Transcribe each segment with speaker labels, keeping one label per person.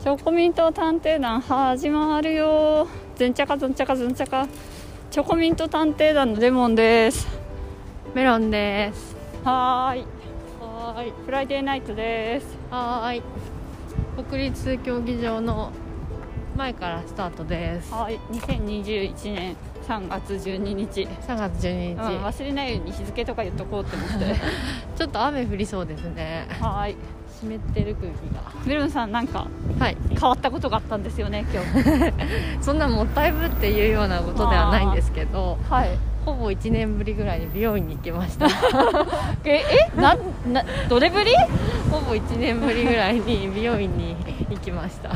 Speaker 1: チョコミント探偵団始まるよずんちゃかずんちゃかずんちゃかチョコミント探偵団のレモンです
Speaker 2: メロンです。
Speaker 1: はーいはーいフライデーナイトです
Speaker 2: はーい。国立競技場の前からスタートです。
Speaker 1: はーい2021年3月12日、
Speaker 2: 3月12
Speaker 1: うん、
Speaker 2: 日、
Speaker 1: 忘れないように日付とか言っとこうって思って
Speaker 2: ちょっと雨降りそうですね。
Speaker 1: はーい
Speaker 2: 湿ってる空気が。
Speaker 1: メロンさんなんか
Speaker 2: はい。
Speaker 1: 変わったことがあったんですよね今日
Speaker 2: そんなもったいぶっていうようなことではないんですけど、
Speaker 1: はい
Speaker 2: ほぼ1年ぶりぐらいに美容院に行きま した。
Speaker 1: ええななどれぶり
Speaker 2: ほぼ1年ぶりぐらいに美容院に行きました。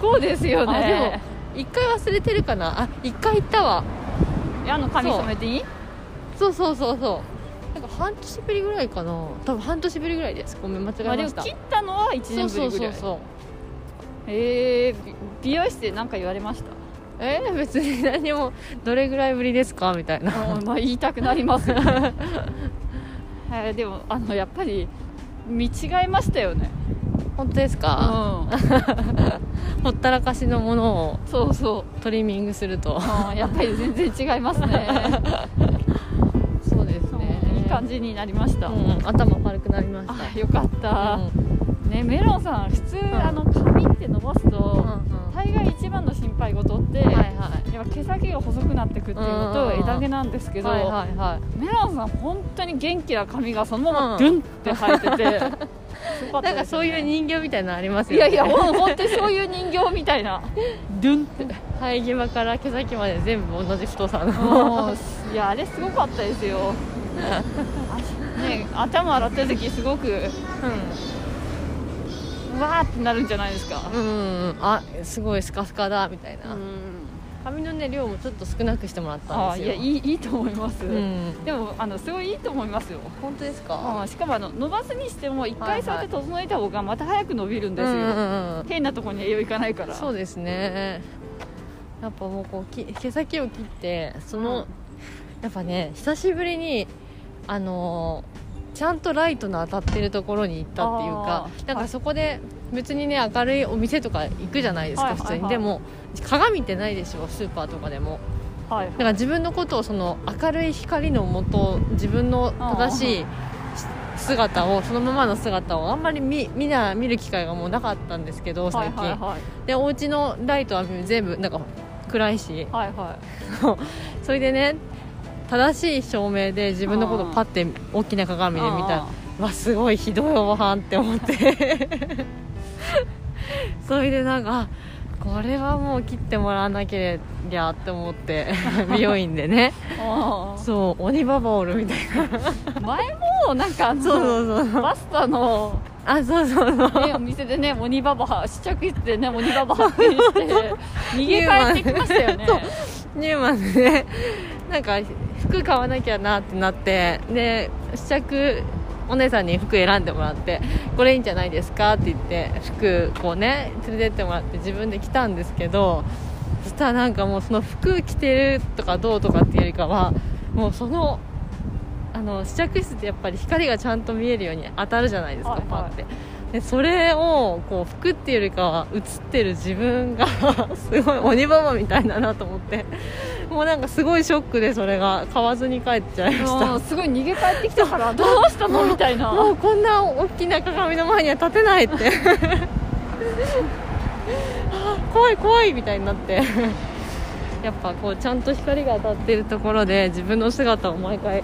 Speaker 1: こうですよ
Speaker 2: あでも
Speaker 1: ね
Speaker 2: 一回忘れてるかな。あ、一回行ったわ。
Speaker 1: あの髪染めていい
Speaker 2: そうそうそうそう。なんか半年ぶりぐらいかな。多分半年ぶりぐらいです。ごめん間違
Speaker 1: まあで
Speaker 2: えま
Speaker 1: も
Speaker 2: した。
Speaker 1: 切ったのは1
Speaker 2: そう
Speaker 1: 年ぶ
Speaker 2: そ
Speaker 1: り
Speaker 2: う
Speaker 1: ぐ
Speaker 2: そ
Speaker 1: ら
Speaker 2: う
Speaker 1: い
Speaker 2: そう
Speaker 1: えー、び美容室で何か言われま した
Speaker 2: えー別に何もどれぐらいぶりですかみたいな
Speaker 1: あーまあ言いたくなりますよね、えーでもあのやっぱり見違えましたよね
Speaker 2: 本当ですか、
Speaker 1: う
Speaker 2: ほったらかしのものを
Speaker 1: んそうそう
Speaker 2: トリミングすると
Speaker 1: あーやっぱり全然違います ね
Speaker 2: そうです
Speaker 1: そう
Speaker 2: ね
Speaker 1: いい感じになりました、
Speaker 2: うん、頭軽くなりまし
Speaker 1: あよかった
Speaker 2: た、うん
Speaker 1: ねメロンさん普通、
Speaker 2: ん
Speaker 1: あの髪って伸ばす
Speaker 2: う
Speaker 1: と、
Speaker 2: んは
Speaker 1: 大概一番の心配事って、
Speaker 2: いは
Speaker 1: やっぱ毛先が細くなってくっていうの
Speaker 2: うん
Speaker 1: と
Speaker 2: うんうん
Speaker 1: 枝毛なんですけ
Speaker 2: い
Speaker 1: ど、
Speaker 2: はいはいはい
Speaker 1: メロンさん本当に元気な髪がそのまま
Speaker 2: うん
Speaker 1: ドゥンって生えてて、すごかったですね
Speaker 2: なんかそういう人形みたいなのあります
Speaker 1: い
Speaker 2: よ
Speaker 1: や
Speaker 2: ね
Speaker 1: いやほん本当にそういう人形みたいなドゥンって
Speaker 2: 生え際から毛先まで全部同じ太さの
Speaker 1: もういやあれすごかったですよあね頭洗ってる時すごくわーってなるんじゃないですか
Speaker 2: うん、うん、あすごいスカスカだみたいな、髪のね量もちょっと少なくしてもらった
Speaker 1: あ
Speaker 2: ん
Speaker 1: ーい
Speaker 2: です
Speaker 1: や
Speaker 2: よ
Speaker 1: いいいいと思います、
Speaker 2: うん
Speaker 1: でもあのすごいいいと思いますよ
Speaker 2: 本当です
Speaker 1: あ
Speaker 2: か
Speaker 1: ーしかもあの伸ばすにしても一回そうやって整えた方がまた早く伸びるんですよ、
Speaker 2: うんうんうん
Speaker 1: 変なとこに栄養いかないから
Speaker 2: そうですねやっぱもうこうき毛先を切ってそ
Speaker 1: う
Speaker 2: の、
Speaker 1: ん
Speaker 2: やっぱね久しぶりにあのーちゃんとライトの当たってるところに行ったっていう
Speaker 1: あ
Speaker 2: か
Speaker 1: ー
Speaker 2: なん
Speaker 1: は
Speaker 2: か
Speaker 1: い
Speaker 2: そこで別にね明るいお店とか行くじゃないですか、
Speaker 1: はいはい
Speaker 2: 普
Speaker 1: はい
Speaker 2: 通にでも鏡ってないでしょスーパーとかでも
Speaker 1: はい
Speaker 2: だから自分のことをその明るい光のもと自分の正しい姿をそのままの姿をあんまり見見な見る機会がもうなかったんですけ
Speaker 1: は
Speaker 2: ど
Speaker 1: い
Speaker 2: 最近、
Speaker 1: はいはい
Speaker 2: でお家のライトは全部なんか暗いし
Speaker 1: はいは
Speaker 2: それでね正しい照明で自分のことをパッて大きな鏡
Speaker 1: い
Speaker 2: で見たら
Speaker 1: あ
Speaker 2: わすごいひどいおばはんって思って それでなんかあこれはもう切ってもらわなけりゃって思って 美容院でね
Speaker 1: ーあー
Speaker 2: そう鬼ババおるみたいな
Speaker 1: 前もなんかあの
Speaker 2: そうそうそう
Speaker 1: バスタの、
Speaker 2: あそうそうそう
Speaker 1: ね、お店 でね鬼ババ試着室でね鬼ババ発見して逃げ帰ってきましたよね
Speaker 2: ニューマンでねなんか服買わなきゃなってなってで試着お姉さんに服選んでもらってこれいいんじゃないですかって言って服こうね連れてってもらって自分で着たんですけどそしたらなんかもうその服着てるとかどうとかっていうよりかはもうそのあの試着室ってやっぱり光がちゃんと見えるように当たるじゃないですか、
Speaker 1: はいはい
Speaker 2: パってでそれをこう服っていうよりかは映ってる自分が すごい鬼ババみたいだなと思ってもうなんかすごいショックでそれが買わずに帰っちゃいまし
Speaker 1: も
Speaker 2: た
Speaker 1: うすごい逃げ帰ってきたからどうしたのみた いな
Speaker 2: もうこんな大きな鏡の前には立てないって あ怖い怖いみたいになってやっぱこうちゃんと光が当たってるところで自分の姿を毎回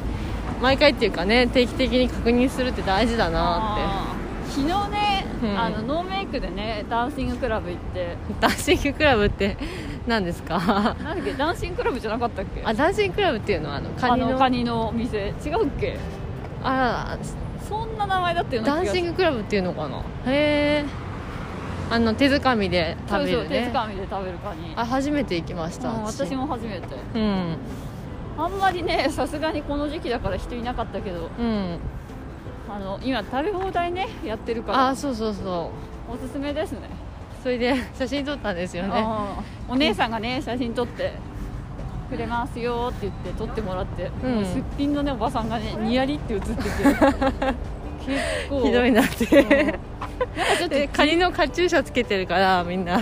Speaker 2: 毎回っていうかね定期的に確認するって大事だな
Speaker 1: あー昨日ね、
Speaker 2: うん
Speaker 1: あのノーメイクでねダンシングクラブ行って
Speaker 2: ってダンシングクラブって何ですか
Speaker 1: なんだっけダンシングクラブじゃなかったっけ
Speaker 2: あダンシングクラブっていうのはあのカニ
Speaker 1: あ
Speaker 2: の
Speaker 1: のカニのお店違うっけ
Speaker 2: あ
Speaker 1: そんな名前だったよ
Speaker 2: ら
Speaker 1: うな気が
Speaker 2: ダン
Speaker 1: す
Speaker 2: シ
Speaker 1: る
Speaker 2: ングクラブっていうのかなへえあの手づかみで食べ
Speaker 1: そうそ
Speaker 2: る
Speaker 1: う手
Speaker 2: ね
Speaker 1: づかみで食べるカニ
Speaker 2: あ初めて行きました
Speaker 1: うん私も初めて
Speaker 2: うん
Speaker 1: あんまりねさすがにこの時期だから人いなかったけど
Speaker 2: うん
Speaker 1: あの今食べ放題ねやってるから
Speaker 2: あそうそうそう
Speaker 1: おすすめですね
Speaker 2: それで写真撮ったんですよね
Speaker 1: うんお姉さんがね写真撮ってくれますよって言って撮ってもらって、
Speaker 2: うん
Speaker 1: もうすっぴんのねおばさんがねニヤリって写ってて結構
Speaker 2: ひどいなっ
Speaker 1: うんな
Speaker 2: て
Speaker 1: んかちょっと
Speaker 2: でカニのカチューシャつけてるからみんな あ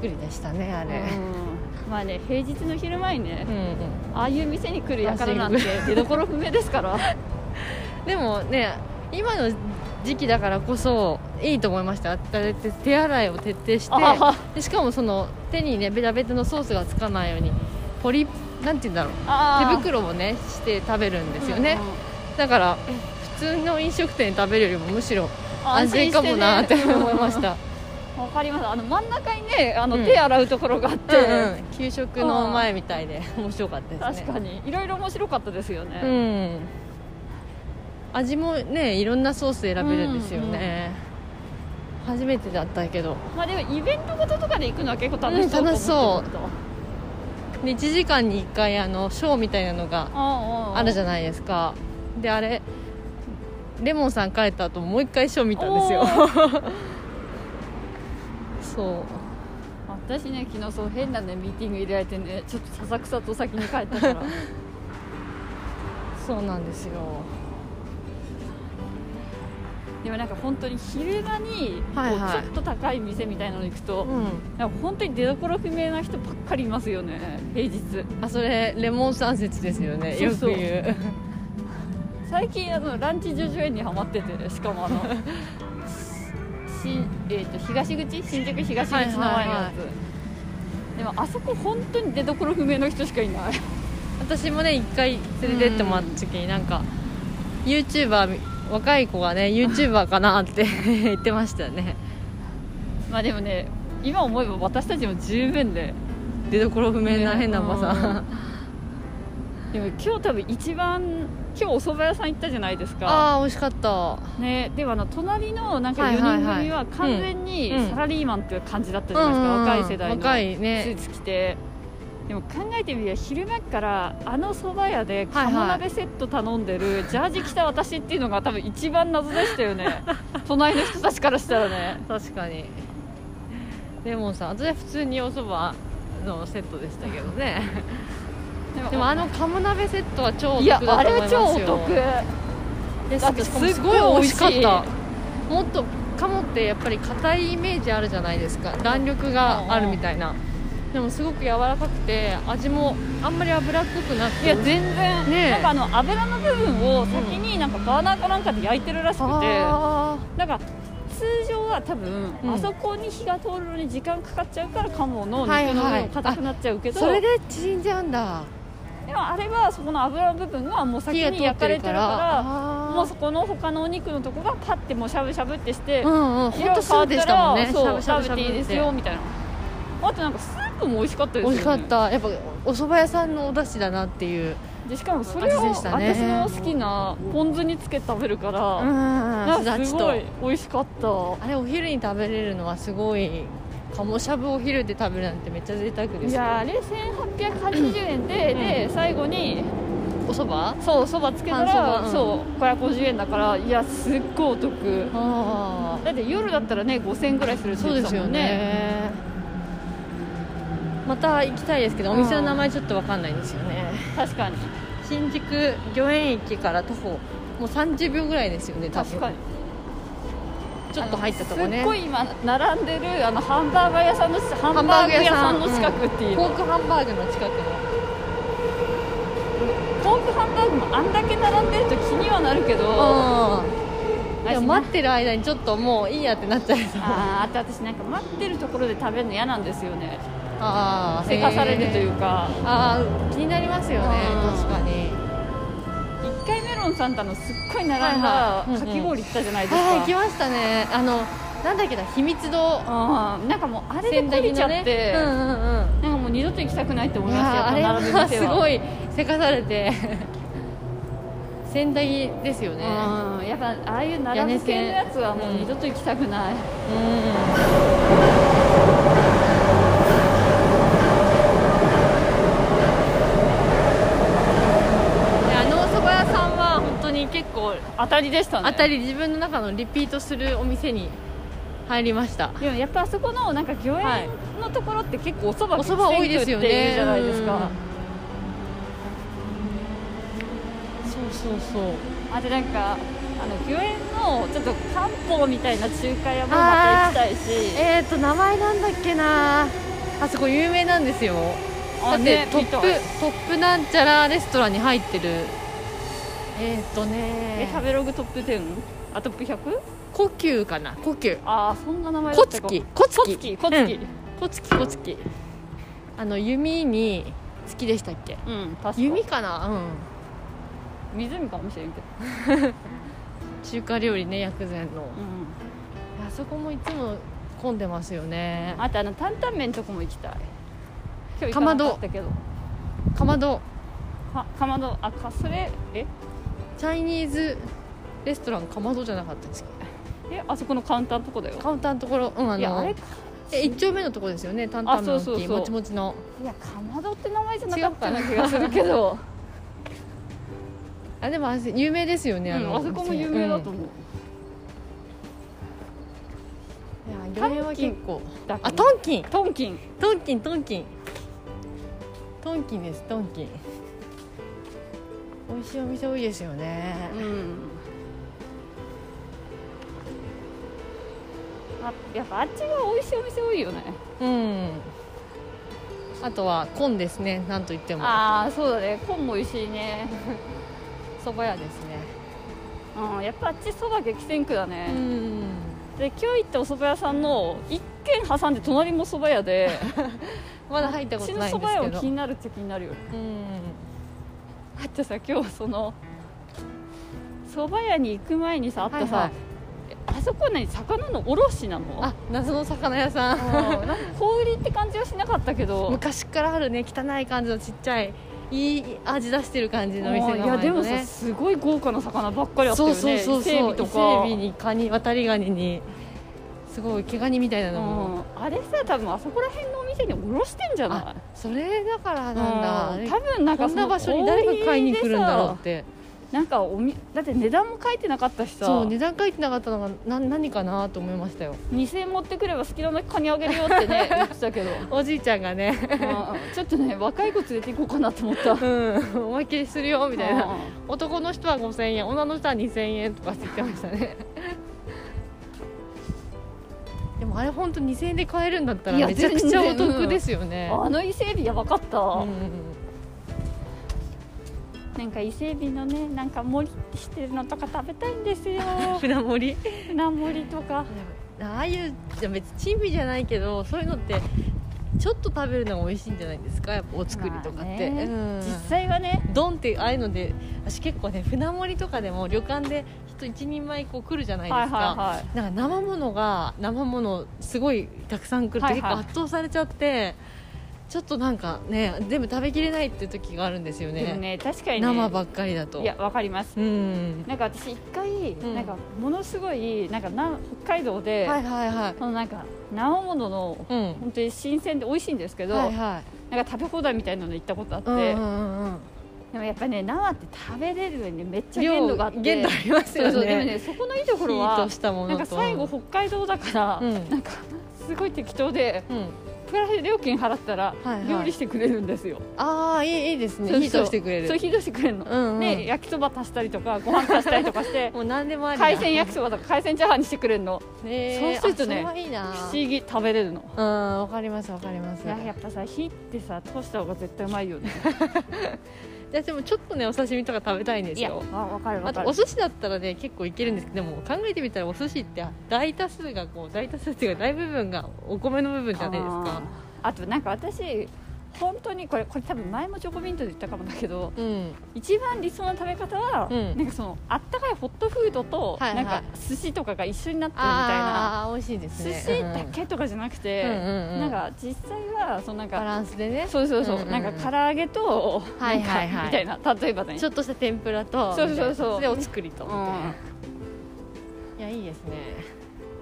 Speaker 2: びっくりでしたねあれ
Speaker 1: うんまあね平日の昼前にね
Speaker 2: うん、うん
Speaker 1: ああいう店に来る輩なんて出所不明です から
Speaker 2: でもね今の時期だからこそいいと思いましただって手洗いを徹底し
Speaker 1: あは
Speaker 2: てでしかもその手にねベタベタのソースがつかないようにポリなんて言うんだろう手
Speaker 1: あー
Speaker 2: 袋をねして食べるんですよね、
Speaker 1: うんうん
Speaker 2: だから普通の飲食店で食べるよりもむしろ安
Speaker 1: 安
Speaker 2: 全
Speaker 1: 心
Speaker 2: か
Speaker 1: か
Speaker 2: も
Speaker 1: も
Speaker 2: な
Speaker 1: な
Speaker 2: っ
Speaker 1: ってて
Speaker 2: 思
Speaker 1: 思
Speaker 2: い
Speaker 1: い
Speaker 2: ま
Speaker 1: ま
Speaker 2: し、
Speaker 1: した わかりますあの真ん中にねあの、
Speaker 2: うん
Speaker 1: 手洗うところがあって、
Speaker 2: うんうん給食の前みたいで面白かったです
Speaker 1: 確
Speaker 2: ね
Speaker 1: かにいろいろ面白かったですよね、
Speaker 2: うん味もねいろんなソース選べるんですよね、初めてだったけど
Speaker 1: まあでもイベントごととかで行くのは結構楽しそう、
Speaker 2: うん楽しそうで1時間に1回あのショーみたいなのが
Speaker 1: あ
Speaker 2: あるじゃ
Speaker 1: ない
Speaker 2: ないですかであれレモンさん帰った後もう一回ショー見たんですよ
Speaker 1: お
Speaker 2: そう
Speaker 1: 私ね昨日そう変なねミーティング入れられてねちょっとささくさと先に帰った から
Speaker 2: そうなんですよ
Speaker 1: でもなんか本当に昼間に、
Speaker 2: はいはい
Speaker 1: こうちょっと高い店みたいなの行くと、
Speaker 2: うん
Speaker 1: なんか本当に出所不明な人ばっかりいますよね平日
Speaker 2: あそれレモンさん説ですよね
Speaker 1: そうそう
Speaker 2: よく言う
Speaker 1: 最近あのランチ叙々苑にハマっててしかもあ のし、えー、と東口新宿東口の前のやつ、
Speaker 2: はいはいは
Speaker 1: でもあそこ本当に出所不明の人しかいない
Speaker 2: 私もね一回連れてってもらった時になんか YouTuber 若い子がね YouTuber かなって 言ってましたね
Speaker 1: まあでもね今思えば私たちも十分で
Speaker 2: 出所不明な
Speaker 1: ね
Speaker 2: 変なおばさん、
Speaker 1: うんでも今日多分一番今日お蕎麦屋さん行ったじゃないですか
Speaker 2: ああ美味しかった
Speaker 1: ね、でもあの隣のなんか
Speaker 2: はい
Speaker 1: 4
Speaker 2: はいはい
Speaker 1: 人組は完全に
Speaker 2: うん
Speaker 1: サラリーマンっていう感じだったじゃないですか、
Speaker 2: うんうん
Speaker 1: 若い世代の
Speaker 2: 若い
Speaker 1: スー
Speaker 2: ね
Speaker 1: ツ着てでも考えてみれば昼間っからあのそば屋で
Speaker 2: はいはい
Speaker 1: 鴨鍋セット頼んでるジャージ着た私っていうのが多分一番謎でしたよ ね隣の人たちからしたらね
Speaker 2: 確かにレモンさん私は普通におそばのセットでしたけどね でもあの鴨鍋セットは超お
Speaker 1: い
Speaker 2: 得だ
Speaker 1: や
Speaker 2: と思
Speaker 1: あ
Speaker 2: い
Speaker 1: れ
Speaker 2: ま
Speaker 1: は
Speaker 2: すよ
Speaker 1: 超お得
Speaker 2: で
Speaker 1: だって
Speaker 2: しかもす
Speaker 1: すっ
Speaker 2: ご
Speaker 1: ご
Speaker 2: い
Speaker 1: い
Speaker 2: 美
Speaker 1: 美
Speaker 2: 味
Speaker 1: 味
Speaker 2: し
Speaker 1: し
Speaker 2: か
Speaker 1: か
Speaker 2: っ
Speaker 1: った
Speaker 2: たもっと鴨ってやっぱり硬いイメージあるじゃないですか弾力があるみたいなでもすごく柔らかくて味もあんまり脂っこくなくて
Speaker 1: いや全然、
Speaker 2: ねえ
Speaker 1: なんかあの油の部分を先になんかバーナーかなんかで焼いてるらしくて、
Speaker 2: あ
Speaker 1: なんか通常は多分、
Speaker 2: うん
Speaker 1: あそこに火が通るのに時間かかっちゃうから鴨の肉の
Speaker 2: はいは
Speaker 1: 部
Speaker 2: い
Speaker 1: 分硬くなっちゃうけ
Speaker 2: ー
Speaker 1: ど、
Speaker 2: それで縮んじゃうんだ
Speaker 1: でもあれはそこの油の部分がもう先
Speaker 2: 火が通
Speaker 1: に
Speaker 2: っ
Speaker 1: 焼
Speaker 2: て
Speaker 1: かれ
Speaker 2: る
Speaker 1: て
Speaker 2: か
Speaker 1: るかららも
Speaker 2: も
Speaker 1: うそこの他のお肉のとこがパッてもうしゃぶしゃぶってして、
Speaker 2: うんうんほん
Speaker 1: 色が
Speaker 2: と
Speaker 1: 変
Speaker 2: そ
Speaker 1: わ
Speaker 2: う
Speaker 1: っ
Speaker 2: でしたたもん
Speaker 1: ら
Speaker 2: ねしゃ
Speaker 1: そ
Speaker 2: ぶ
Speaker 1: う
Speaker 2: しゃ
Speaker 1: 食
Speaker 2: ぶし
Speaker 1: べ
Speaker 2: ゃぶ
Speaker 1: ていい
Speaker 2: っ
Speaker 1: です
Speaker 2: て
Speaker 1: よみたいなあとなんかスープも美味しかったです
Speaker 2: 美
Speaker 1: よ、
Speaker 2: 味
Speaker 1: ね、
Speaker 2: しかったやっぱお蕎麦屋さんのお出汁だなっていう
Speaker 1: でしかもそれを
Speaker 2: 味でし
Speaker 1: 私
Speaker 2: たね
Speaker 1: の好きなポン酢につけて食べるから、なん
Speaker 2: す
Speaker 1: か
Speaker 2: だ
Speaker 1: す
Speaker 2: ち
Speaker 1: ご
Speaker 2: と
Speaker 1: い美味しかった
Speaker 2: あれお昼に食べれるのはすごい鴨しゃぶお昼で食べるなんてめっちゃ贅沢で
Speaker 1: い
Speaker 2: すよ
Speaker 1: やーあれ1880円で,、
Speaker 2: うん
Speaker 1: で最後に
Speaker 2: おそば
Speaker 1: そうそばつけた
Speaker 2: 半
Speaker 1: ら、
Speaker 2: 蕎麦うん
Speaker 1: そう550円だからいやすっごいお得
Speaker 2: あ
Speaker 1: だって夜だったらね5000円ぐらいする
Speaker 2: あ
Speaker 1: って
Speaker 2: そう
Speaker 1: 言って
Speaker 2: です
Speaker 1: た
Speaker 2: よ
Speaker 1: もん
Speaker 2: ねまた行きたいですけどお店の名前ちょっと分かんないんですよね
Speaker 1: 確かに
Speaker 2: 新宿御苑駅から徒歩もう30秒ぐらいですよね多
Speaker 1: 確か
Speaker 2: 分
Speaker 1: に
Speaker 2: ちょっと入ったとこ
Speaker 1: す
Speaker 2: ね
Speaker 1: っごい今並んでるあのハンバーガー屋さんのハンバーグ屋さんの近くっていう
Speaker 2: ポークハンバーグの近くの
Speaker 1: ポークハンバーグもあんだけ並んでると気にはなるけど
Speaker 2: う
Speaker 1: 私
Speaker 2: んでも待ってる間にちょっともういいやってなっちゃいそう
Speaker 1: あーあと私なんか待ってるところで食べるの嫌なんですよね
Speaker 2: ああ
Speaker 1: せかされるというか
Speaker 2: ああ気になりますよね
Speaker 1: うん
Speaker 2: 確かに
Speaker 1: 1回メロンさんとあのすっごい並ん
Speaker 2: は
Speaker 1: だ
Speaker 2: いはい
Speaker 1: かき氷行ったじゃないですか、
Speaker 2: はい行きましたねあのなんだっけだ秘密堂
Speaker 1: あーなんかもうあれで懲りちゃって、
Speaker 2: ねうんうんうん
Speaker 1: なんかもう二度と行きたくないって思い
Speaker 2: い
Speaker 1: ました
Speaker 2: やーあれ
Speaker 1: やっぱ並ぶ
Speaker 2: は
Speaker 1: 店
Speaker 2: す
Speaker 1: は
Speaker 2: ごいせかされて仙台ですよね
Speaker 1: うんやっぱああいう
Speaker 2: 屋
Speaker 1: 並
Speaker 2: 根
Speaker 1: ぶ系の
Speaker 2: 線
Speaker 1: やつはもう二度と行きたくない、
Speaker 2: うんであのお蕎麦屋さんは本当に結構
Speaker 1: 当たりでしたね
Speaker 2: 当たり自分の中のリピートするお店に入りました
Speaker 1: でもやっぱあそこのなんか御
Speaker 2: はい
Speaker 1: 苑のところって結構おそば
Speaker 2: おそば多いですよね
Speaker 1: っていうじゃないですか、
Speaker 2: うんそうそうそう
Speaker 1: あとなんかあの御苑のちょっと漢方みたいな中華屋もまた行きたいし
Speaker 2: えっ、ー、と名前なんだっけなあそこ有名なんですよだ
Speaker 1: あ
Speaker 2: って、
Speaker 1: ね
Speaker 2: トッ
Speaker 1: 見
Speaker 2: プ
Speaker 1: たい
Speaker 2: トップなんちゃらレストランに入ってるえっ、ー、と
Speaker 1: え
Speaker 2: ね
Speaker 1: 食べログトップ 10? あトップ 100?
Speaker 2: 呼吸かな呼吸
Speaker 1: ああそんな名前だ
Speaker 2: コ
Speaker 1: った
Speaker 2: ツ
Speaker 1: か
Speaker 2: キコツ
Speaker 1: コ
Speaker 2: キ
Speaker 1: ツキコツキ
Speaker 2: うんコツキコツキあの弓に好きでしたっけ
Speaker 1: うん、確か
Speaker 2: 弓かなうん
Speaker 1: 湖かもしれんけど
Speaker 2: 中華料理ね薬膳の
Speaker 1: うん
Speaker 2: あそこもいつも混んでますよね
Speaker 1: あとあの担々麺とこも行きたい今日行
Speaker 2: か
Speaker 1: かな
Speaker 2: まど
Speaker 1: かったけど
Speaker 2: かまど
Speaker 1: かかまどあかそれえ
Speaker 2: チャイニーズレストランかまどじゃなかったっけ
Speaker 1: えあそこのカウンターのとこだよ
Speaker 2: カウンターのところうんあ
Speaker 1: いやあ
Speaker 2: の
Speaker 1: れか
Speaker 2: え一丁目のとこですよね担々麺
Speaker 1: あそうそう
Speaker 2: って
Speaker 1: そう
Speaker 2: もちもちの
Speaker 1: いやかまどって名前じゃなかったような
Speaker 2: 違う
Speaker 1: 気がするけ ど、
Speaker 2: あでもあれ有名ですよ
Speaker 1: う
Speaker 2: ね
Speaker 1: ん
Speaker 2: あの、
Speaker 1: あそこも有名だと思う、
Speaker 2: うん、いや有名は結構
Speaker 1: だから
Speaker 2: あトンキン
Speaker 1: トンキン
Speaker 2: トンキントンキントンキンですトンキン美味しいお店多いですよね
Speaker 1: うんあやっぱあっちが美味しいお店多いよね
Speaker 2: うんあとはコンですねなんといっても
Speaker 1: ああそうだねコンも美味しいね
Speaker 2: そば屋ですね
Speaker 1: うんやっぱあっちそば激戦区だね、
Speaker 2: うん
Speaker 1: で今日行ったお蕎麦屋さんの一軒挟んで隣も蕎麦屋で
Speaker 2: まだ入ったことないんです
Speaker 1: うち
Speaker 2: け
Speaker 1: の蕎麦屋も
Speaker 2: ど
Speaker 1: 気になるっちゃ気になるよね
Speaker 2: うん
Speaker 1: だってさ今日その蕎麦屋に行く前にさあったさ、
Speaker 2: はいはい
Speaker 1: あそこ何魚の卸しなの
Speaker 2: あ謎の魚屋さ
Speaker 1: うん
Speaker 2: ん
Speaker 1: なんか小売りって感じはしなかったけど
Speaker 2: 昔からあるね汚い感じのちっちゃいいい味出してる感じの店の
Speaker 1: うん
Speaker 2: 名
Speaker 1: いや
Speaker 2: 前
Speaker 1: で
Speaker 2: の
Speaker 1: もさ
Speaker 2: ね
Speaker 1: すごい豪華な魚ばっかりあったよ
Speaker 2: そ
Speaker 1: ね
Speaker 2: うそうそうそう伊
Speaker 1: 伊勢
Speaker 2: 勢
Speaker 1: エ
Speaker 2: エ
Speaker 1: ビ
Speaker 2: ビ
Speaker 1: とか
Speaker 2: にカニ渡りガニにすごい毛ガニみたいな
Speaker 1: う
Speaker 2: のも、
Speaker 1: ん、あれさ多分あそこら辺のお店に卸してんじゃな
Speaker 2: あそれだから
Speaker 1: い
Speaker 2: なんだ、あ
Speaker 1: う
Speaker 2: れ
Speaker 1: 多分なんか
Speaker 2: こ
Speaker 1: そ
Speaker 2: ん
Speaker 1: の
Speaker 2: な場所に誰が買いに来るんだろ
Speaker 1: 小
Speaker 2: う
Speaker 1: 売りでさ
Speaker 2: って
Speaker 1: なんかおみだって値段も書いてなかったしさ
Speaker 2: そう値段書いてなかったのがな何かなと思いましたよ
Speaker 1: 2000円持ってくれば好きなだけカニあげるよってね言ってたけど、
Speaker 2: おじいちゃんがね
Speaker 1: うんちょっとね若い子連れて行こうかなと思 った
Speaker 2: うん思いっきりするよみたいな
Speaker 1: うん
Speaker 2: 男の人は5000円女の人は2000円とかって言ってましたね でもあれ本当2000円で買えるんだった
Speaker 1: い
Speaker 2: ら
Speaker 1: や
Speaker 2: めちゃくちゃお
Speaker 1: 全然
Speaker 2: 得ですよね、
Speaker 1: あの伊勢エビやばかった、
Speaker 2: うんうん
Speaker 1: なんか伊勢エビのねなんか盛りしてるのとか食べたいんです よ
Speaker 2: うん、 船盛り
Speaker 1: 船盛りとか
Speaker 2: ああいうじゃ別に珍味じゃないけどそういうのってちょっと食べるのが美味しいんじゃないですかやっぱお作りとか
Speaker 1: まあ
Speaker 2: って、
Speaker 1: ね
Speaker 2: うん
Speaker 1: 実際はね
Speaker 2: ドンってああいうので私結構ね船盛りとかでも旅館で人一人前こう来るじゃないです
Speaker 1: はいはい
Speaker 2: か、
Speaker 1: はい
Speaker 2: なんか生ものが生ものすごいたくさん来ると
Speaker 1: はい
Speaker 2: 結
Speaker 1: はい
Speaker 2: 構圧倒されちゃって、ちょっとなんかね全部食べきれないっていう時があるんですよ
Speaker 1: で
Speaker 2: ね
Speaker 1: もね確かにね
Speaker 2: 生ばっかりだと
Speaker 1: いやわかります
Speaker 2: うん
Speaker 1: なんか私一回、
Speaker 2: ん
Speaker 1: なんかものすごいなんかな北海道で、
Speaker 2: はいはいはい
Speaker 1: そのなんか生ものの
Speaker 2: うん
Speaker 1: 本当に新鮮で美味しいんですけど、
Speaker 2: はいはい
Speaker 1: なんか食べ放題みたいなの行ったことあって、
Speaker 2: うんうんうんうん
Speaker 1: でもやっぱね生って食べれるのにねめっちゃ限
Speaker 2: 量
Speaker 1: 度があって
Speaker 2: 限度あります
Speaker 1: そう
Speaker 2: よね
Speaker 1: そうでもねそこのいいところ
Speaker 2: 火
Speaker 1: は
Speaker 2: としたも
Speaker 1: な
Speaker 2: のと
Speaker 1: んか最後北海道だから、
Speaker 2: うん
Speaker 1: なんかすごい適当で
Speaker 2: うん、
Speaker 1: プラス料金払ったら
Speaker 2: はいはい
Speaker 1: 料理してくれるんですよ、
Speaker 2: ああいいいいですね
Speaker 1: そう
Speaker 2: 火としてくれる
Speaker 1: そう火通してくれるの、
Speaker 2: うんうん
Speaker 1: で焼きそば足したりとかご飯足したりとかして
Speaker 2: もう何でもありだ
Speaker 1: 海鮮焼きそばとか海鮮チャーハンにしてくれるの
Speaker 2: ね
Speaker 1: そうするとね
Speaker 2: あそれはいいな
Speaker 1: 不思議食べれるの
Speaker 2: うんわかりますわかります
Speaker 1: いややっぱさ火ってさ通した方が絶対うまいよね
Speaker 2: いやでもちょっとねお刺身とか食べたいんですよ
Speaker 1: あわかるわ
Speaker 2: あ
Speaker 1: か
Speaker 2: と
Speaker 1: る
Speaker 2: お寿司だったらね結構いけるんですけどでも考えてみたらお寿司って大多数がこう大多数っていうか大部分がお米の部分じゃないですか
Speaker 1: あーあとなんか私本当にこれこれ多分前もチョコミントで言ったかもだけど
Speaker 2: うん
Speaker 1: 一番理想な食べ方は、
Speaker 2: うん
Speaker 1: なんかそのあったかいホットフードと、
Speaker 2: はいはい
Speaker 1: なんか寿司とかが一緒になってるみたいな
Speaker 2: ああー美味しいです
Speaker 1: 寿
Speaker 2: ね
Speaker 1: 司だけとかじゃなくて、
Speaker 2: うんうんうんうん
Speaker 1: なんか実際はそのなん
Speaker 2: バ
Speaker 1: か
Speaker 2: ランスでね
Speaker 1: そうそうそう,、
Speaker 2: うんうんうん
Speaker 1: なんか唐揚げと、
Speaker 2: はいはいはい
Speaker 1: なんかみたいな例えばね
Speaker 2: ちょっとした天ぷらと
Speaker 1: そうそうそう
Speaker 2: みたいなでお作りと、
Speaker 1: う
Speaker 2: みたいなんいやいいですね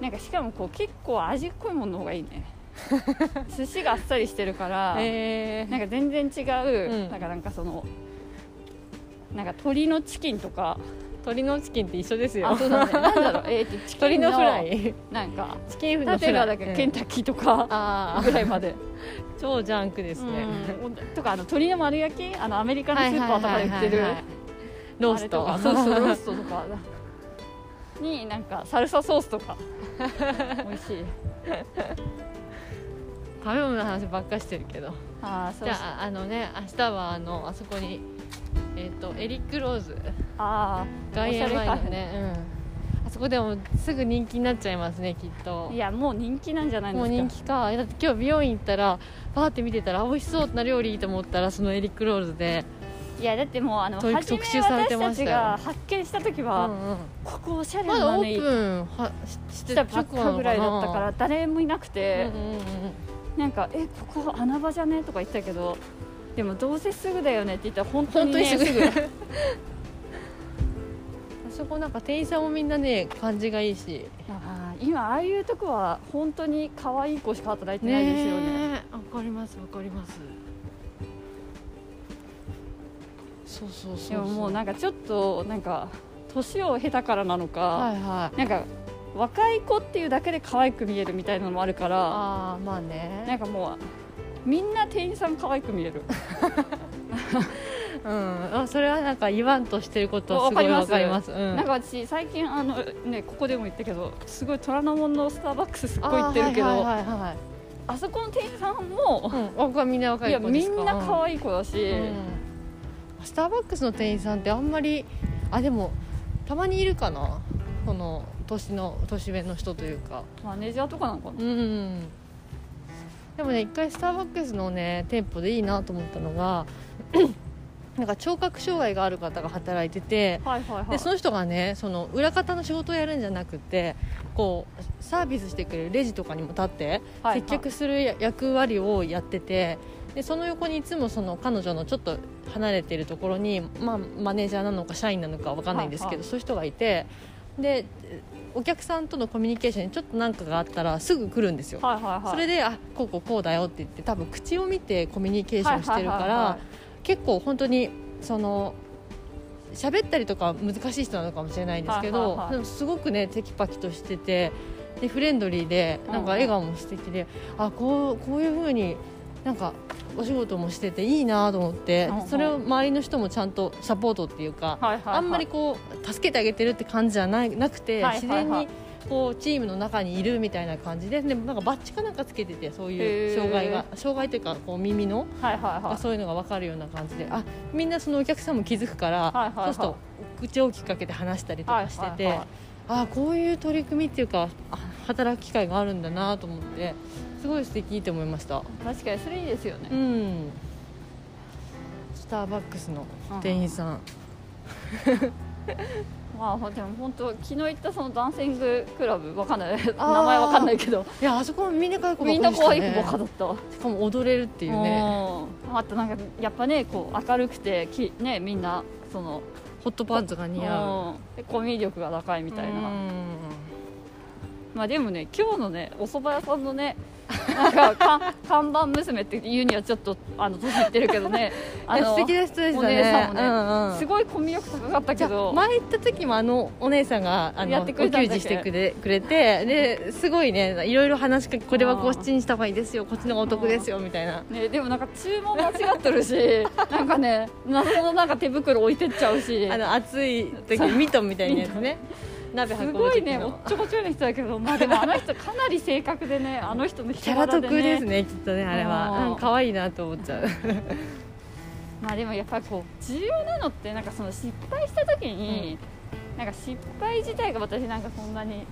Speaker 1: なんかしかもこう結構味濃いものの方がいい ね寿司があっさりしてるから、
Speaker 2: え
Speaker 1: なんか全然違う、
Speaker 2: うん
Speaker 1: なんかなんかそのなんか鶏のチキンとか
Speaker 2: 鶏のチキンって一緒ですよ
Speaker 1: あそうだねなんだろう えーとチキン
Speaker 2: 鶏のフライ
Speaker 1: なんか
Speaker 2: チキンのフ
Speaker 1: 例え
Speaker 2: ラ
Speaker 1: ば
Speaker 2: イ
Speaker 1: だけどケン
Speaker 2: うん
Speaker 1: タッキーとか
Speaker 2: あ
Speaker 1: ぐらいまで、
Speaker 2: あ超ジャンクですね、
Speaker 1: うんとかあの鶏の丸焼きあのアメリカのスーパーとかで売ってる、
Speaker 2: はいはいはいはいロースト
Speaker 1: あれとかそう そうローストとかになんかサルサソースと か美味しい
Speaker 2: 食べ物の話ばっかしてるけど
Speaker 1: ああそう
Speaker 2: じ
Speaker 1: そう
Speaker 2: ゃああのね明日はあのあそこにえっ、とエリック・ローズ
Speaker 1: ああ
Speaker 2: 外苑前の
Speaker 1: おしゃれカフェ
Speaker 2: ね、うん、あそこでもすぐ人気になっちゃいますねきっと
Speaker 1: いやもう人気なんじゃないで
Speaker 2: も
Speaker 1: す
Speaker 2: う
Speaker 1: か
Speaker 2: 人気かだって今日美容院行ったらパーって見てたらあ美味しそうな料理と思ったらそのエリック・ローズで、
Speaker 1: いやだってもうあの
Speaker 2: 特
Speaker 1: 初め
Speaker 2: 特集されて
Speaker 1: 私
Speaker 2: ま
Speaker 1: た
Speaker 2: した
Speaker 1: ち
Speaker 2: よ
Speaker 1: が発見した時
Speaker 2: う
Speaker 1: は、
Speaker 2: んうん
Speaker 1: ここおしゃれ
Speaker 2: まだ
Speaker 1: な
Speaker 2: オ
Speaker 1: のに
Speaker 2: ープンはしし
Speaker 1: してたばっかぐらいだったから誰もいなく
Speaker 2: うん
Speaker 1: て、
Speaker 2: うんうん
Speaker 1: なんか「えここ穴場じゃね?」とか言ったけどでもどうせすぐだよねって言ったら本当
Speaker 2: 本
Speaker 1: に,、
Speaker 2: 当
Speaker 1: ね、
Speaker 2: にすぐ
Speaker 1: ぐ
Speaker 2: あそこなんか店員さんもみんなね感じがいいし
Speaker 1: あー今ああいうとこは本当に可愛い子しか働いてないですよね
Speaker 2: えわかりますわかりますそうそうそう
Speaker 1: でももう
Speaker 2: な
Speaker 1: なんかちょっとなんか年を経たからなのか、
Speaker 2: はいはい
Speaker 1: なんか若い子っていうだけで可愛く見えるみたいなのもあるから
Speaker 2: ああまあ
Speaker 1: なん
Speaker 2: ね
Speaker 1: かもうみんな店員さん可愛く見える
Speaker 2: うんあそれはなんか言わんとしてることは
Speaker 1: わ
Speaker 2: す
Speaker 1: か
Speaker 2: ご
Speaker 1: り
Speaker 2: い
Speaker 1: ます
Speaker 2: わかりますうん
Speaker 1: なんか私最近あの、ね、ここでも言ったけどすごい虎ノ門のスターバックスすっごい行ってるけどあ,、
Speaker 2: あーはいはいはいはい
Speaker 1: そこの店員さんも、
Speaker 2: うん僕はみんな若
Speaker 1: い
Speaker 2: い
Speaker 1: や
Speaker 2: 子で
Speaker 1: み
Speaker 2: すか
Speaker 1: んな可愛い子だし、
Speaker 2: うんスターバックスの店員さんってあんまりあでもたまにいるかなこの年の年上の人というか
Speaker 1: マネージャーとかなのかな、
Speaker 2: うんでもね一回スターバックスのね店舗でいいなと思ったのが なんか聴覚障害がある方が働いてて
Speaker 1: はいはいはい
Speaker 2: でその人がねその裏方の仕事をやるんじゃなくてこうサービスしてくれるレジとかにも立って
Speaker 1: はいはい
Speaker 2: 接客する役割をやっててでその横にいつもその彼女のちょっと離れているところに、まあ、マネージャーなのか社員なのかわかんないんですけど、
Speaker 1: はいはい
Speaker 2: そういう人がいてでお客さんとのコミュニケーションにちょっと何かがあったらすぐ来るんですよ。
Speaker 1: はいはいはい
Speaker 2: それであこうこうこうだよって言って多分口を見てコミュニケーションしてるから、
Speaker 1: はいはいはいはい
Speaker 2: 結構本当にその喋ったりとかは難しい人なのかもしれないんですけど、
Speaker 1: はいはいはい
Speaker 2: でもすごくねテキパキとしててでフレンドリーでなんか笑顔も素敵で、あこうこういう風になんかお仕事もしてていいなと思って、
Speaker 1: うんうん
Speaker 2: それを周りの人もちゃんとサポートっていうか、
Speaker 1: はいはいはい
Speaker 2: あんまりこう助けてあげてるって感じじゃななくて、
Speaker 1: はいはいはい
Speaker 2: 自然にこうチームの中にいるみたいな感じででもなんかバッジかなんかつけててそうい
Speaker 1: へー
Speaker 2: う障害が障害というかこう耳の
Speaker 1: はいはいはい
Speaker 2: そういうのが分かるような感じであみんなそのお客さんも気づくから、
Speaker 1: はいはいはい
Speaker 2: そうすると口をきっかけて話したりと
Speaker 1: はい
Speaker 2: かしてて、
Speaker 1: はいはい
Speaker 2: あこういう取り組みっていうかあ働く機会があるんだなと思ってすごい素敵と思いました。
Speaker 1: 確かにそれいいですよね、
Speaker 2: うんスターバックスの店員さん、
Speaker 1: まあほでも本当昨日行ったそのダンシングクラブわかんない名前
Speaker 2: あー
Speaker 1: わかんないけど
Speaker 2: いやあそこもみんな可愛い子 ば
Speaker 1: み
Speaker 2: っ
Speaker 1: ん
Speaker 2: か
Speaker 1: な
Speaker 2: りでした
Speaker 1: 可愛
Speaker 2: ね
Speaker 1: い子ばっかだったわ
Speaker 2: しかも踊れるっていうね
Speaker 1: うんあとなんかやっぱねこう明るくてきねみんなその
Speaker 2: ホットパンツが似合う
Speaker 1: うんでコミュ力が高いみたいな、
Speaker 2: うん
Speaker 1: まあでもね今日のねお蕎麦屋さんのね なんかか看板娘って言うにはちょっとあの年いってるけどねあ
Speaker 2: いや
Speaker 1: の
Speaker 2: 素敵な人でしたね
Speaker 1: お姉さんもね
Speaker 2: うんうん
Speaker 1: すごいコミュ力高かった
Speaker 2: じ
Speaker 1: け
Speaker 2: ゃあ
Speaker 1: ど
Speaker 2: 前行った時もあのお姉さんがあ
Speaker 1: や
Speaker 2: の
Speaker 1: っ
Speaker 2: お
Speaker 1: て
Speaker 2: 給
Speaker 1: くれたんだっけ
Speaker 2: 仕してくれくれてですごいねいろいろ話しかけこれはこっちにした方がいいですよこっちの方がお得ですよみたいな
Speaker 1: ね、でもなんか注文間違ってるし なんかね謎のなんか手袋置いてっちゃうし
Speaker 2: あの暑い時ミトンみたいなやつね鍋運
Speaker 1: す
Speaker 2: ぶ時
Speaker 1: ごい
Speaker 2: の
Speaker 1: ねおっちょこちょいの人だけど、まあ、でもあの人かなり正確でねあの人の人
Speaker 2: キャラ
Speaker 1: 柄
Speaker 2: 得ですねきっとねあれ
Speaker 1: う
Speaker 2: は
Speaker 1: ん
Speaker 2: うん可愛いなと思っちゃう
Speaker 1: まあでもやっぱりこう重要なのってなんかその失敗した時に、なんか失敗自体が私なんかこんなに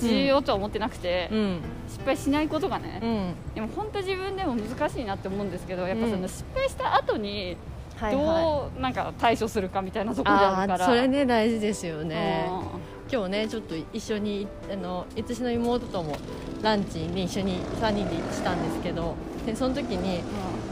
Speaker 1: 重要とは思ってなくて、
Speaker 2: うん
Speaker 1: 失敗しないことがね、
Speaker 2: うん
Speaker 1: でも本当自分でも難しいなって思うんですけどやっぱそうの
Speaker 2: ん
Speaker 1: 失敗した後に
Speaker 2: は
Speaker 1: どうなんか対処するかみたいなところであ
Speaker 2: あ
Speaker 1: るか
Speaker 2: あ
Speaker 1: ら、
Speaker 2: それね大事ですよね
Speaker 1: うん
Speaker 2: 今日ねちょっと一緒にあの私の妹ともランチに一緒に3人でしたんですけどでその時に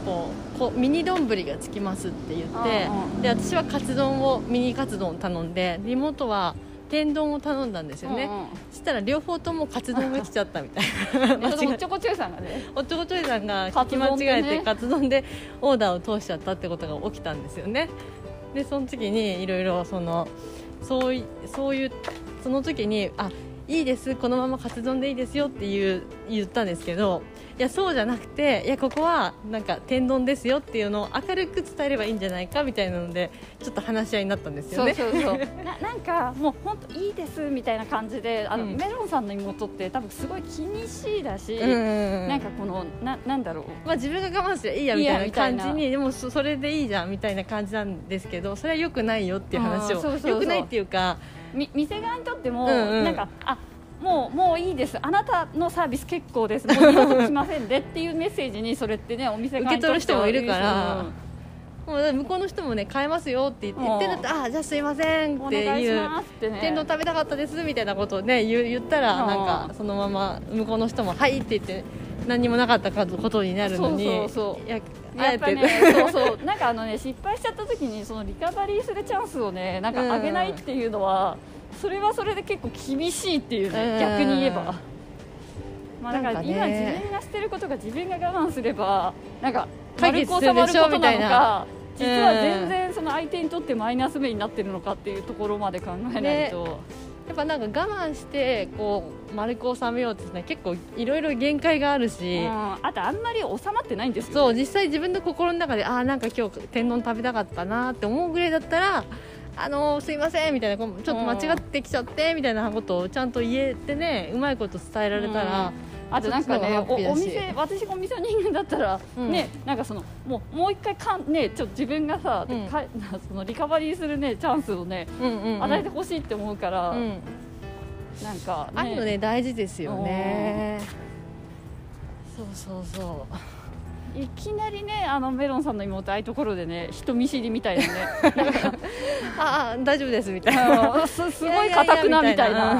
Speaker 2: こうこうミニ丼がつきますって言って
Speaker 1: うんうん
Speaker 2: で私はカツ丼をミニカツ丼頼んでで妹は天丼を頼んだんですよね、そしたら両方ともカツ丼が来ちゃったみたい
Speaker 1: うんうん
Speaker 2: な
Speaker 1: ね
Speaker 2: 間違
Speaker 1: お
Speaker 2: え
Speaker 1: っちょこちょいさんがね
Speaker 2: おっちょこちょいさんが
Speaker 1: カ
Speaker 2: 聞
Speaker 1: ツ
Speaker 2: き
Speaker 1: 丼
Speaker 2: 間
Speaker 1: ってね
Speaker 2: 違えてカツ丼でオーダーを通しちゃったってことが起きたんですよねでその時にいろいろそのそういそういうその時にあいいですこのままカツ丼でいいですよっていう言ったんですけどいやそうじゃなくていやここはなんか天丼ですよっていうのを明るく伝えればいいんじゃないかみたいなのでちょっと話し合いになったんですよ
Speaker 1: そう
Speaker 2: ね
Speaker 1: そうそう ななんかもう本当いいですみたいな感じであの、
Speaker 2: うん
Speaker 1: メロンさんの妹って多分すごい気にしいだし、
Speaker 2: うんうんうん
Speaker 1: なんかこのななんだろう
Speaker 2: まあ、自分が我慢すりゃいいや
Speaker 1: い
Speaker 2: み
Speaker 1: いや
Speaker 2: たいな
Speaker 1: み
Speaker 2: 感
Speaker 1: た
Speaker 2: じ
Speaker 1: いな
Speaker 2: にでもそそれでいいじゃんみたいな感じなんですけどそれはよくないよっていう話
Speaker 1: あーそうそうそ
Speaker 2: を
Speaker 1: う
Speaker 2: よくないっていうか
Speaker 1: み店側にとっても、
Speaker 2: うんうん
Speaker 1: なんかあもうもういいですあなたのサービス結構ですもう二度と来ませんでっていうメッセージにそれってねお店側にとっては
Speaker 2: 受け取る人もいるから
Speaker 1: うん
Speaker 2: もう向こうの人もね変えますよって言って
Speaker 1: うん
Speaker 2: 言ってんだったらあーじゃあすいません
Speaker 1: お
Speaker 2: って
Speaker 1: 願いし
Speaker 2: いう
Speaker 1: ますってね
Speaker 2: 天丼食べたかったですみたいなことをね言う言ったら
Speaker 1: うん
Speaker 2: なんかそのまま向こうの人もはいって言って何にもなかったかことになるのに
Speaker 1: そうそうそう
Speaker 2: いやあ
Speaker 1: や
Speaker 2: え
Speaker 1: っぱ
Speaker 2: て
Speaker 1: ねそうそうなんかあのね失敗しちゃった時にそのリカバリーするチャンスをねなんか
Speaker 2: うん
Speaker 1: 上げないっていうのは、それはそれで結構厳しいっていうね、
Speaker 2: うん
Speaker 1: 逆に言えば。まあ、だから
Speaker 2: なんかね
Speaker 1: 今自分がしてることが自分が我慢すればなんか
Speaker 2: 解
Speaker 1: 丸
Speaker 2: 決
Speaker 1: く
Speaker 2: す
Speaker 1: 収
Speaker 2: る
Speaker 1: ま
Speaker 2: で
Speaker 1: る
Speaker 2: しょ
Speaker 1: ことなの
Speaker 2: みたい
Speaker 1: か
Speaker 2: な
Speaker 1: 実は全然その相手にとってマイナス目になってるのかっていうところまで考えないと、
Speaker 2: やっぱなんか我慢してこう丸く収めようってね結構いろいろ限界があるし。
Speaker 1: うんあとあんまり収まってないんですよ
Speaker 2: そう実際自分の心の中でああなんか今日天丼食べたかったなって思うぐらいだったらあのーすいませんみたいなこうちょっと間違ってきちゃってみたいなことをちゃんと言えてねうまいこと伝えられたら、
Speaker 1: あとなんかね
Speaker 2: そっちの方がハッ
Speaker 1: お
Speaker 2: ピ
Speaker 1: お
Speaker 2: ーだし
Speaker 1: 店私がお店の人間だったら、
Speaker 2: うん
Speaker 1: ねなんかそのもうもう一回かんねちょっと自分がさ、
Speaker 2: うん
Speaker 1: か そのリカバリーするねチャンスをね
Speaker 2: うんうんうん
Speaker 1: 与えてほしいって思うから、
Speaker 2: うん
Speaker 1: なんか
Speaker 2: ああいうのね大事ですよねそうそうそ
Speaker 1: いきなりねあのメロンさんの妹ああいうところでね人見知りみた いなねなんか
Speaker 2: う ああ大丈夫ですみたいな
Speaker 1: あのすすごい硬くない
Speaker 2: や
Speaker 1: み
Speaker 2: い
Speaker 1: た
Speaker 2: やいや
Speaker 1: いない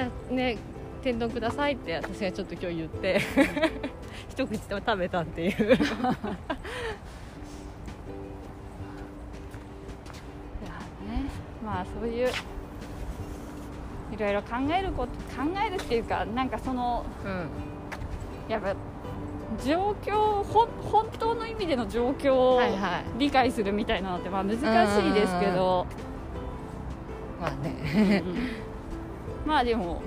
Speaker 2: やね天丼くださいって私がちょっと今日言って 一口でも食べたっていういや
Speaker 1: いやねまあそういういろいろ考えること考えるっていうかなんかその
Speaker 2: うん
Speaker 1: やっぱ状況ほん本当の意味での状況を
Speaker 2: はいはい
Speaker 1: 理解するみたいなのってまあ難しいですけど、
Speaker 2: まあ
Speaker 1: う
Speaker 2: ね
Speaker 1: んまあでも、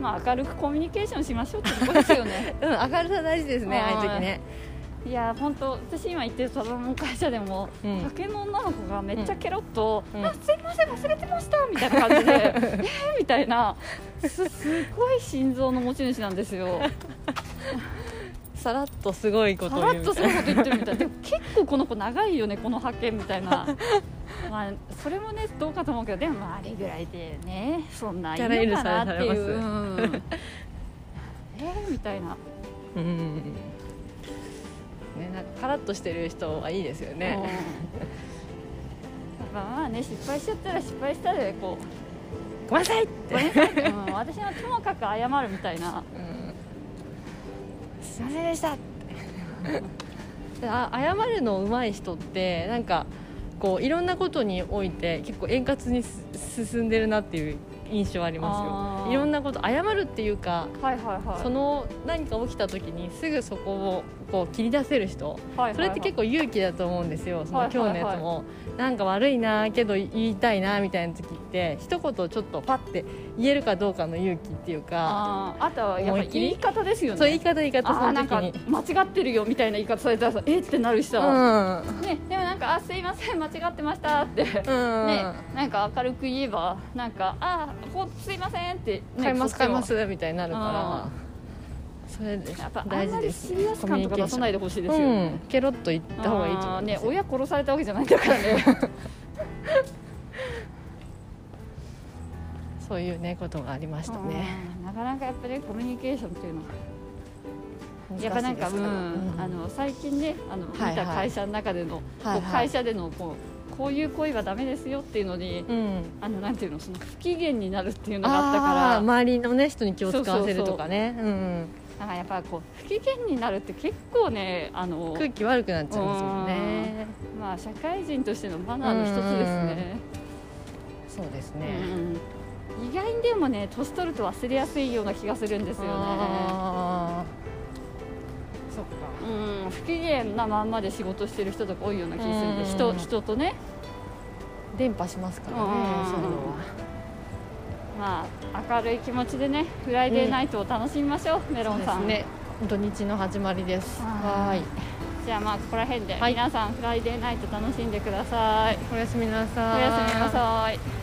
Speaker 1: まあ、明るくコミュニケーションしましょうってとこですよ ね
Speaker 2: うん明るさ大事ですね
Speaker 1: はい
Speaker 2: ああいう時ね
Speaker 1: いや本当私今行ってるサロンの会社でも、
Speaker 2: うん
Speaker 1: 酒の女の子がめっちゃケロッと「
Speaker 2: うん
Speaker 1: あすいません忘れてました」みたいな感じで「えー、みたいなすすごい心臓の持ち主なんですよ。
Speaker 2: さらっとすごいこと
Speaker 1: さ
Speaker 2: を
Speaker 1: ら
Speaker 2: 言
Speaker 1: っ
Speaker 2: う
Speaker 1: とそういうこと言ってるみたいでも結構この子長いよねこの派遣みたいな まあそれもねどうかと思うけどでもまああれぐらいでねそんないいのかなってい
Speaker 2: キャラ
Speaker 1: う、
Speaker 2: 許
Speaker 1: う
Speaker 2: さ
Speaker 1: ん、えー、みたいな
Speaker 2: うんうんうんねなんかカラッとしてる人はいいですよ
Speaker 1: うんや
Speaker 2: ね
Speaker 1: っぱまあね失敗しちゃったら失敗したでこ
Speaker 2: ごめんなさいっ
Speaker 1: う、ごめ
Speaker 2: て
Speaker 1: んなさいってうん、私はともかく謝るみたいな
Speaker 2: すいませんでした あ謝るの上手い人ってなんかこういろんなことにおいて結構円滑にす進んでるなっていう印象ありま
Speaker 1: あー
Speaker 2: すよいろんなこと謝るっていうか
Speaker 1: はいはいはい
Speaker 2: その何か起きた時にすぐそこをこう切り出せる人
Speaker 1: はいはいはい
Speaker 2: それって結構勇気だと思うんですよその
Speaker 1: はいはい
Speaker 2: 今
Speaker 1: はい
Speaker 2: 日のやつもなんか悪いなけど言いたいなみたいな時って一言ちょっとパッて言えるかどうかの勇気っていうか
Speaker 1: あーあとはやっぱ
Speaker 2: 思い
Speaker 1: り
Speaker 2: っきり
Speaker 1: 言い方ですよね
Speaker 2: そう言い方言い方
Speaker 1: あー
Speaker 2: そ
Speaker 1: な
Speaker 2: の
Speaker 1: んか
Speaker 2: 時に
Speaker 1: 間違ってるよみたいな言い方されたらさえーってなるしさ、
Speaker 2: うん
Speaker 1: ね、でもなんか「あすいません間違ってました」って、ね
Speaker 2: うん
Speaker 1: なんか明るく言えばなんか「あほんすいません」って、ね、
Speaker 2: 買います
Speaker 1: こっ
Speaker 2: 買
Speaker 1: ち
Speaker 2: い
Speaker 1: も
Speaker 2: ますみたいになるからそれで
Speaker 1: やっぱあんま
Speaker 2: 大事
Speaker 1: り
Speaker 2: です
Speaker 1: シリアス感とか出さない
Speaker 2: で
Speaker 1: でほしいですよ
Speaker 2: う
Speaker 1: ね
Speaker 2: ん、ケロッと言った方がいいと思
Speaker 1: あー
Speaker 2: い
Speaker 1: ね
Speaker 2: ます
Speaker 1: 親殺されたわけじゃないんだからね
Speaker 2: そういうねことがありましたね
Speaker 1: うんなかなかやっぱりコミュニケーションっていうのは
Speaker 2: 難しい
Speaker 1: やっぱなんか、
Speaker 2: で
Speaker 1: う
Speaker 2: す
Speaker 1: ん
Speaker 2: ら
Speaker 1: あの最近ねあの、
Speaker 2: いはい
Speaker 1: 見た会社の中での、
Speaker 2: はいはい
Speaker 1: こう会社でのこうこういう行為はダメですよっていうのに、
Speaker 2: うん
Speaker 1: あのなんていうのその不機嫌になるっていうのがあったから
Speaker 2: あー周りのね人に気を使わせるとかねうん
Speaker 1: なんかやっぱこう不機嫌になるって結構ねあの
Speaker 2: 空気悪くなっちゃいますもんね
Speaker 1: まあ社会人としてのマナーの一つです
Speaker 2: そうです
Speaker 1: ね
Speaker 2: ね、
Speaker 1: うん意外にでもね年取ると忘れやすいような気がするんですよね
Speaker 2: あーそっか
Speaker 1: うん不機嫌なまんまで仕事してる人とか多いような気がするんで
Speaker 2: うん
Speaker 1: 人人とね
Speaker 2: 伝播しますからね
Speaker 1: うん
Speaker 2: そういうのは
Speaker 1: やまあ明るい気持ちでねフライデーナイトを楽しみましょう、メロンさん、
Speaker 2: ね土日の始まりです
Speaker 1: は
Speaker 2: は
Speaker 1: ーい
Speaker 2: い
Speaker 1: じゃあまあここら辺で、
Speaker 2: はい
Speaker 1: 皆さんフライデーナイト楽しんでください
Speaker 2: おやすみな
Speaker 1: お
Speaker 2: さい
Speaker 1: やすみなさい